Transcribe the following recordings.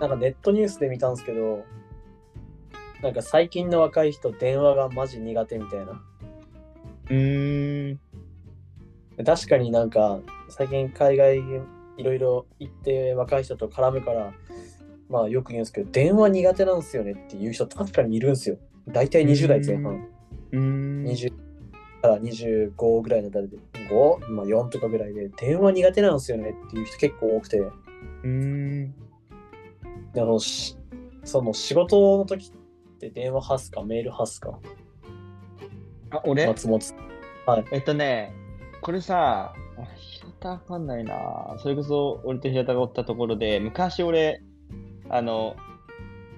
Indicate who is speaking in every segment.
Speaker 1: なんかネットニュースで見たんですけど、なんか最近の若い人、電話がマジ苦手みたいな。
Speaker 2: うーん。
Speaker 1: 確かになんか最近海外いろいろ行って若い人と絡むから、まあよく言うんですけど、電話苦手なんですよねっていう人確かにいるんですよ。大体20代前半、
Speaker 2: うーん。
Speaker 1: 20から25ぐらいの誰で、5? まあ4とかぐらいで、電話苦手なんですよねっていう人結構多くて、で
Speaker 2: うーん。
Speaker 1: あのしその仕事の時って電話はすか、メールはすか、
Speaker 2: あ、俺、
Speaker 1: 松本さん。はい。
Speaker 2: えっとね、これさ、俺平田わかんないな。それこそ俺と平田がおったところで、昔俺、あの、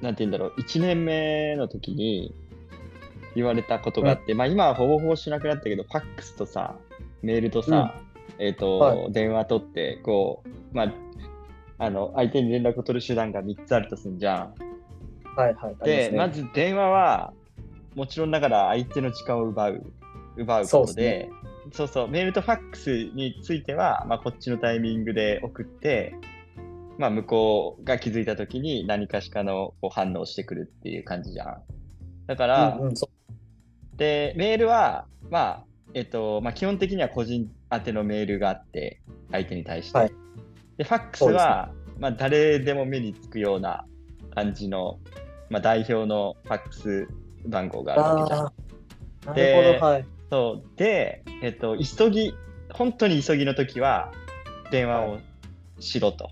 Speaker 2: なんて言うんだろう、1年目の時に言われたことがあって、まあ今はほぼほぼしなくなったけど、ファックスとさ、メールとさ、えっ、と、
Speaker 1: は
Speaker 2: 電話取って、こう、まあ、あの、相手に連絡を取る手段が3つあるとすんじゃん。
Speaker 1: はいはい。あり
Speaker 2: で、
Speaker 1: ま
Speaker 2: ます
Speaker 1: ね
Speaker 2: ず電話は、もちろんながら相手の時間を奪う、奪う
Speaker 1: そうで
Speaker 2: こと
Speaker 1: す
Speaker 2: で
Speaker 1: ね、
Speaker 2: そうそう、メールとファックスについては、まあ、こっちのタイミングで送って、まあ、向こうが気づいたときに何かしかのこう反応してくるっていう感じじゃん。だから、
Speaker 1: うんうん、そ
Speaker 2: で、メールは、まあ、えっと、まあ、基本的には個人宛てのメールがあって、相手に対して。
Speaker 1: はい
Speaker 2: で、ファックス
Speaker 1: そうですね
Speaker 2: は、まあ、誰でも目につくような感じの、まあ、代表のファックス番号があるわけじゃん。
Speaker 1: ああー、なるほど、はい。
Speaker 2: そう。で、えっと、急ぎ、本当に急ぎの時は、電話をしろと。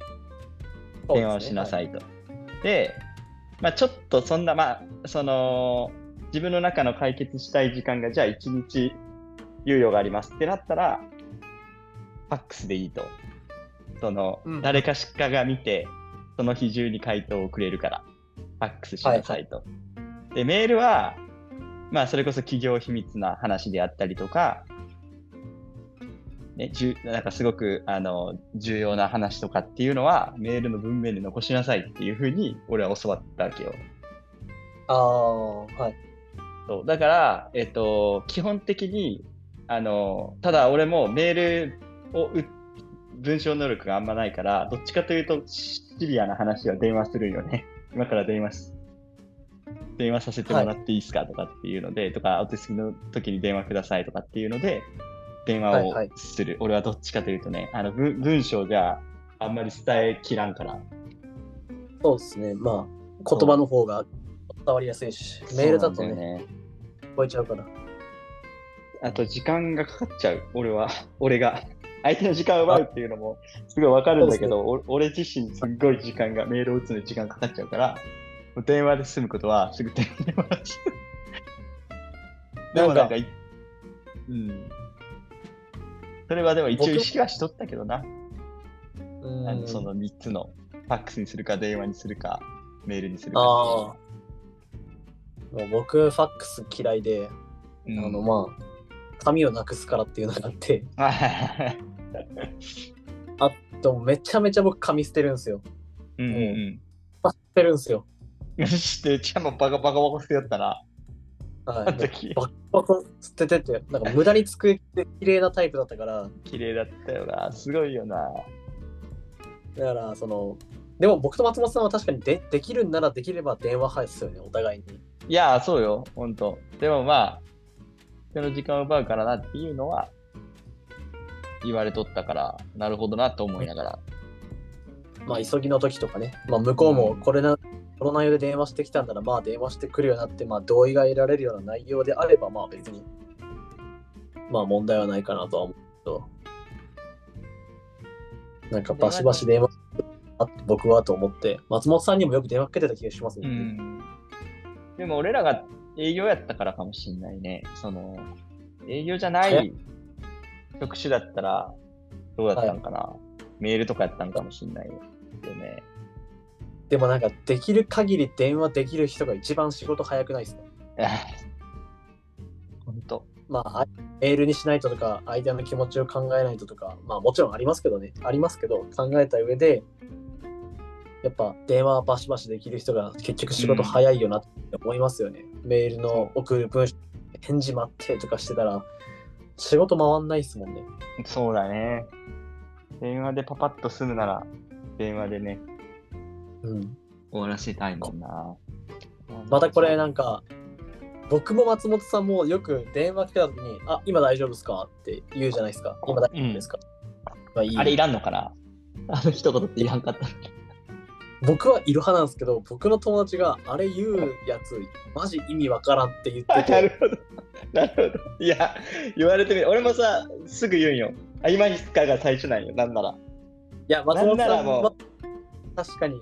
Speaker 2: 電話をしなさ
Speaker 1: い。
Speaker 2: いと。で、まあ、ちょっとそんな、まあ、その、自分の中の解決したい時間が、じゃあ1日猶予がありますってなったら、ファックスでいいと。その、
Speaker 1: うん
Speaker 2: 誰かしかが見て、その日中に回答をくれるから、ファックスしなさいと。で、メールは、まあ、それこそ企業秘密な話であったりとか、ね、じゅなんかすごくあの重要な話とかっていうのはメールの文面で残しなさいっていうふうに俺は教わったわけよ。
Speaker 1: ああ、はい。
Speaker 2: そうだから、えっと、基本的にあのただ俺もメールを打文章能力があんまないからどっちかというとシビアな話は電話するよね。 今から電話し電話させてもらっていいですかとかっていうので、とかお手すきの時に電話くださいとかっていうので電話を
Speaker 1: はいはい
Speaker 2: する、俺はどっちかというとねあの文文章じゃあんまり伝えきらんから
Speaker 1: そうですね。まあ、言葉の方が伝わりやすいし、メールだと
Speaker 2: そうなん
Speaker 1: ね、
Speaker 2: よね
Speaker 1: 聞こえちゃうから。
Speaker 2: あと時間がかかっちゃう、俺は、 俺が。相手の時間を奪うっていうのもすごいわかるんだけど、お俺自身すっごい時間が、メールを打つのに時間かかっちゃうから、もう電話で済むことはすぐ電話で話す。でもなんかい、うん。それはでも一応意識はしとったけどな、あのその3つの、ファックスにするか、電話にするか、メールにするか
Speaker 1: ああ。もう僕、ファックス嫌いで、
Speaker 2: っていう。
Speaker 1: あの、
Speaker 2: うん
Speaker 1: まあ、紙をなくすからっていうのがあって、でもめちゃめちゃ僕、紙捨てるんですよ。
Speaker 2: うんうん
Speaker 1: 捨てるんですよ。
Speaker 2: うん。 して、ちゃんもバカバカバカしてやったな、あ
Speaker 1: は
Speaker 2: の
Speaker 1: い。
Speaker 2: 時。
Speaker 1: バッバカ 捨ててて、なんか無駄に机って綺麗なタイプだったから、
Speaker 2: 綺麗だったよな。すごいよな。
Speaker 1: だから、その、でも僕と松本さんは確かにでできるんならできれば電話派ですよね、お互いに。
Speaker 2: いやー、そうよ。ほんと。でもまあ、人の時間を奪うからなっていうのは、言われとったから、なるほどなと思いながら。
Speaker 1: まあ、急ぎの時とかね、まあ、向こうもこれな、この内容で電話してきたんなら、まあ、電話してくるよなって、まあ、同意が得られるような内容であれば、まあ、別に、まあ、問題はないかなとは思うけど、なんか、バシバシ電話あ僕はと思って、松本さんにもよく電話かけてた気がしますね。
Speaker 2: ん。でも俺らが営業やったからかもしんないね。その、営業じゃない職種だったら、どうだったんかな。メールとかやったんかもしんないよね。
Speaker 1: でも、なんか、できる限り電話できる人が一番仕事早くないですね。
Speaker 2: ほんと。
Speaker 1: まあ、あメールにしないととか、相手の気持ちを考えないととか、まあもちろんありますけどね、ありますけど、考えた上で、やっぱ電話バシバシできる人が結局仕事早いよなって思いますよね。メールの送る文章、返事待ってとかしてたら、仕事回んないですもんね。
Speaker 2: そうだね。電話でパパッと済むなら、電話でね、
Speaker 1: うん。
Speaker 2: 終わらせたいもんな。
Speaker 1: またこれなんか、僕も松本さんもよく電話来た時に、あ、今大丈夫ですかって言うじゃないですか。今大丈夫ですか、まあいい
Speaker 2: あれいらんのかなあの一言っていらんかった。
Speaker 1: 僕はいる派なんですけど、僕の友達があれ言うやつ、マジ意味わからんって言って
Speaker 2: な
Speaker 1: て、
Speaker 2: るほど。なるほど。いや、言われてみる。俺もさ、すぐ言うんよ。あ今に使うが最初なんよ。なんなら。
Speaker 1: いや、松本
Speaker 2: なんな
Speaker 1: さ
Speaker 2: ら
Speaker 1: ん
Speaker 2: もう
Speaker 1: は確かに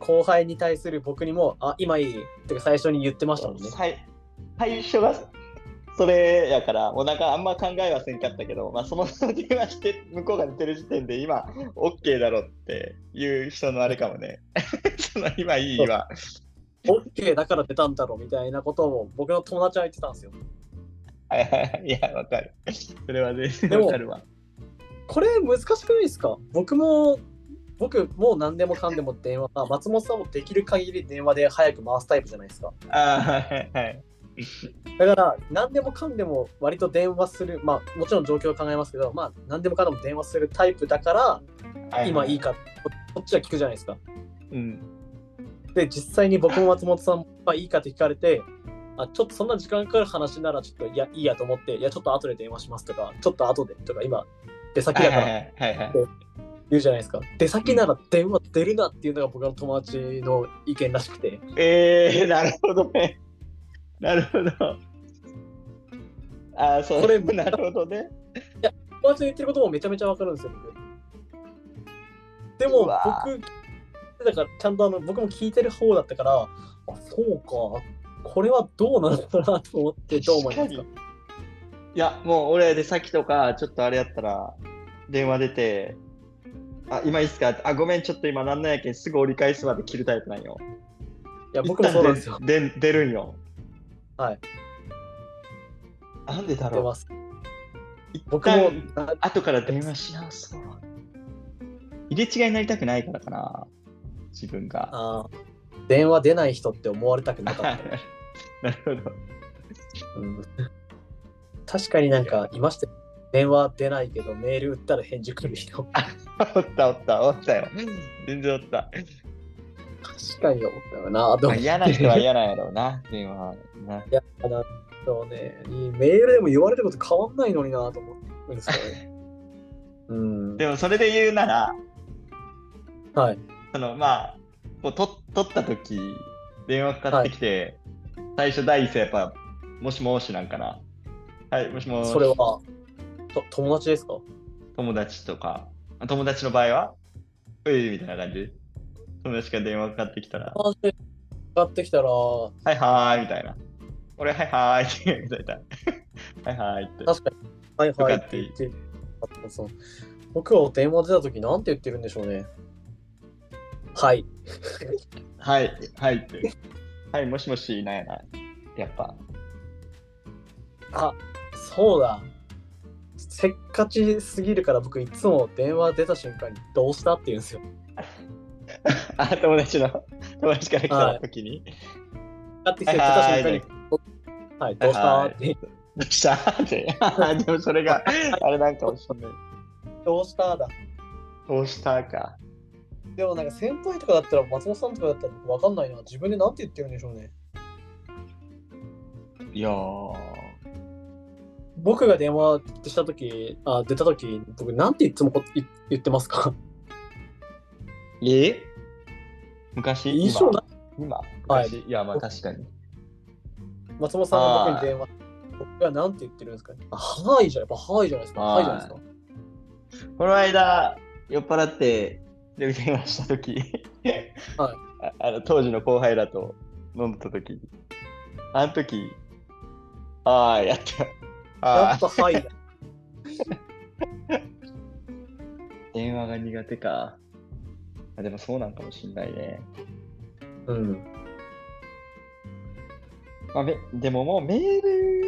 Speaker 1: 後輩に対する僕にも、あ、今いいってか最初に言ってましたもんね。
Speaker 2: 最最初がそれやから、もうなんかあんま考えはせんかったけど、まあ、その電話して向こうが寝てる時点で今、OK だろっていう人のあれかもね。 その今いいは。
Speaker 1: OK だから出たんだろうみたいなことを僕の友達は言ってたんですよ。
Speaker 2: はいはいはいいや、わかる。それは全
Speaker 1: で
Speaker 2: 然
Speaker 1: も
Speaker 2: わかるわ。
Speaker 1: これ難しくないですか僕も僕もう何でもかんでも電話あ松本さんもできる限り電話で早く回すタイプじゃないですか
Speaker 2: あーはいはい。
Speaker 1: だから何でもかんでも割と電話するまあもちろん状況を考えますけどまあ何でもかんでも電話するタイプだから、
Speaker 2: はい
Speaker 1: 今いい。かここっちは聞くじゃないですか
Speaker 2: うん。
Speaker 1: で実際に僕も松本さんもまあいいかって聞かれてあちょっとそんな時間かかる話ならちょっといやいいやと思っていやちょっと後で電話しますとかちょっと後でとか今出先
Speaker 2: は
Speaker 1: だ
Speaker 2: い
Speaker 1: か
Speaker 2: は
Speaker 1: ら
Speaker 2: いはいはいはい。
Speaker 1: 言うじゃないですか。出先なら電話出るなっていうのが僕の友達の意見らしくて、
Speaker 2: えー、なるほどね。なるほど。あーそう
Speaker 1: これ
Speaker 2: なるほどね。
Speaker 1: 友達の言ってることもめちゃめちゃわかるんですよ、僕。でも
Speaker 2: うわー
Speaker 1: 僕、だからちゃんとあの僕も聞いてる方だったから、あそうか、これはどうなのかなと思って、どう思いますか
Speaker 2: 確いや、もう俺、でさっきとか、ちょっとあれやったら、電話出て、あ、今いいっすかあ、ごめん、ちょっと今なんなんやけん、すぐ折り返すまで切るタイプなんよ。
Speaker 1: いや、僕もそうなんですよ。
Speaker 2: 一旦でで出るんよ。
Speaker 1: はい。
Speaker 2: なんでだ
Speaker 1: 出
Speaker 2: ろう
Speaker 1: ます。
Speaker 2: 一
Speaker 1: 僕も
Speaker 2: 旦
Speaker 1: な
Speaker 2: 後から電話し直そう。入れ違いになりたくないからかな、自分が。
Speaker 1: あー電話出ない人って思われたくなかった。
Speaker 2: なるほど。
Speaker 1: うん確かになんかいましたよ電話出ないけどメール打ったら返事来る人。
Speaker 2: おったおったおったよ。全然おった。
Speaker 1: 確かに思ったよな。で
Speaker 2: ま
Speaker 1: も
Speaker 2: あ、嫌な人は嫌なんやろうな、電話はな。
Speaker 1: 嫌だな。そうね、メールでも言われること変わんないのになと思うんですよ ね。うん。
Speaker 2: でもそれで言うなら、
Speaker 1: はい。
Speaker 2: そのまあ、こうと取った時電話かかってきて、最初第一声やっぱ、もしもしなんかな。はい、もしもし。
Speaker 1: それは、と友達ですか
Speaker 2: 友達とか、あ友達の場合は、ういみたいな感じ。友達から電話かかってきたら、
Speaker 1: 友達で買ってきたら、
Speaker 2: はいはーいみたいな。俺、はい はーいって言いたい。はいはーいって。
Speaker 1: 確かに、はいはい
Speaker 2: よか
Speaker 1: っ
Speaker 2: ってて
Speaker 1: 言って、そう僕は電話出たとき、なんて言ってるんでしょうね。はい。
Speaker 2: はい、はいって。はい、もしもし、なんやな。やっぱ。
Speaker 1: あ、そうだ。せっかちすぎるから僕いつも電話出た瞬間にどうしたって言うんですよ。
Speaker 2: あ、友達の、友達から来た時に。
Speaker 1: 買ってきて出た瞬間に
Speaker 2: は、
Speaker 1: はい、どうしたって
Speaker 2: どうしたって。 でもそれが、あれなんかもしれない。
Speaker 1: どうしただ。
Speaker 2: どうしたか。
Speaker 1: でもなんか先輩とかだったら松本さんとかだったら僕わかんないな。自分でなんて言ってるんでしょうね。
Speaker 2: いやー。
Speaker 1: 僕が電話した時あ出た時僕なんていつもこい言ってますか
Speaker 2: え昔
Speaker 1: 印象ない
Speaker 2: 今今
Speaker 1: はい
Speaker 2: 昔、い、や、まあ確かに。
Speaker 1: 松本さんが僕に電話僕がなんて言ってるんですかねあはいじゃやっぱはいじゃないですか。
Speaker 2: は
Speaker 1: はいいじゃないですか。
Speaker 2: この間、酔っ払って、で、電話した時、
Speaker 1: はい
Speaker 2: ああの当時の後輩らと飲んでた時、あの時、ああ、やった。あ
Speaker 1: や
Speaker 2: あ
Speaker 1: っ、ぱはいだ。
Speaker 2: 電話が苦手か。あでもそうなんかもしんないね。
Speaker 1: うん。
Speaker 2: まあ、めでももうメー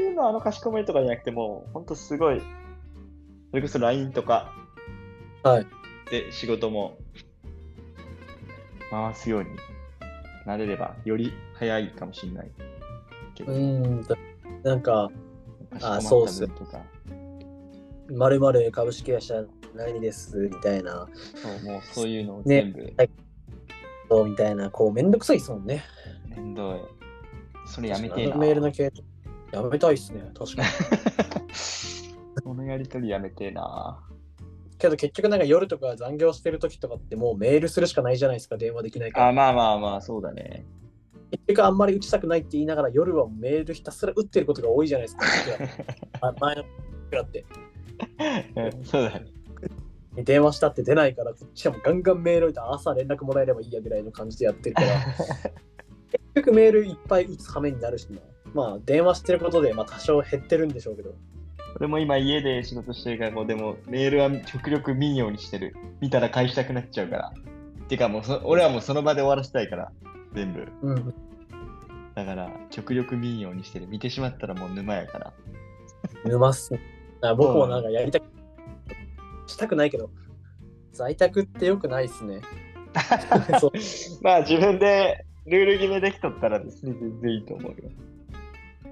Speaker 2: ルのあのかしこまりとかじゃなくてもう、ほんとすごい、それこそ LINE とか
Speaker 1: はい
Speaker 2: で仕事も回すようになれれば、より早いかもしんない。けど
Speaker 1: うん。だなんか、
Speaker 2: かしこまった
Speaker 1: そうっす
Speaker 2: 分とか。
Speaker 1: まるまる株式会社何ですみたいな。
Speaker 2: そう、もうそういうのを
Speaker 1: ね
Speaker 2: 全部。
Speaker 1: はいそうみたいな、こう、めんどくさいですもんね。
Speaker 2: めんどい。それやめてえ
Speaker 1: あ
Speaker 2: な。
Speaker 1: のメールの系統、やめたいっすね、確かに。
Speaker 2: このやりとりやめてえな。
Speaker 1: けど結局なんか夜とか残業してる時とかってもうメールするしかないじゃないですか、電話できないから。
Speaker 2: あ、まあまあまあ、そうだね。
Speaker 1: 結局あんまり打ちたくないって言いながら夜はメールひたすら打ってることが多いじゃないですか。あ前の僕らって。
Speaker 2: うんそうだね。
Speaker 1: 電話したって出ないから、こっちはもうガンガンメール打いて朝連絡もらえればいいやぐらいの感じでやってるから。結局メールいっぱい打つ羽目になるしね、まあ電話してることでまあ多少減ってるんでしょうけど、
Speaker 2: 俺も今家で仕事してるから、こうでもメールは極力見んようにしてる。見たら返したくなっちゃうから。てかもうそ、俺はもうその場で終わらせたいから、全部。
Speaker 1: うん、
Speaker 2: だから、極力見んようにしてる。見てしまったらもう沼やから。
Speaker 1: 沼っすね。あ僕もなんかやりたく、したくないけど、在宅ってよくないっす ね。そう
Speaker 2: まあ自分でルール決めできとったら別に全然いいと思うよ。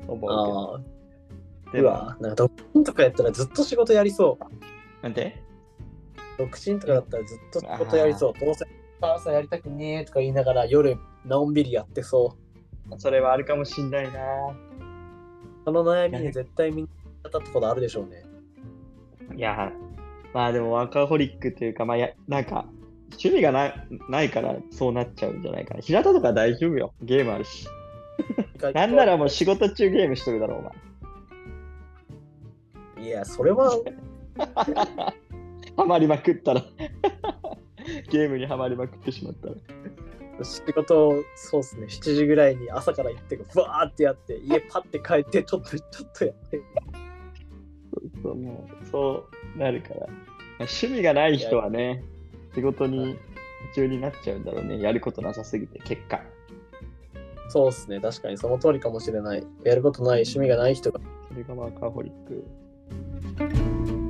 Speaker 2: 思う
Speaker 1: ああ、
Speaker 2: けど。で
Speaker 1: う
Speaker 2: も、
Speaker 1: わ、なんか独身とかやったらずっと仕事やりそう。
Speaker 2: なんて
Speaker 1: 独身とかだったらずっと仕事やりそう。どうせ朝やりたくねえとか言いながら夜のんびりやってそう。
Speaker 2: それはあるかもしんないな。
Speaker 1: その悩みに絶対みんな当たったことあるでしょうね。
Speaker 2: いや、まあでもワーカーホリックというか、まあや、なんか、趣味がないないからそうなっちゃうんじゃないかな。平田とか大丈夫よ。ゲームあるし。なんならもう仕事中ゲームしとるだろう、お前。
Speaker 1: いや、それは、
Speaker 2: ハマりまくったら。 ゲームにはまりまくってしまったら。
Speaker 1: 仕事を、そうですね、7時ぐらいに朝から行って、バーってやって、家パッて帰って、ちょっと、ちょっとやって。
Speaker 2: そうもうそうなるから。まあ趣味がない人はね、仕事に夢中になっちゃうんだろうね。やることなさすぎて、結果。
Speaker 1: そうですね、確かにその通りかもしれない。やることない、趣味がない人が
Speaker 2: それがワーカーホリック。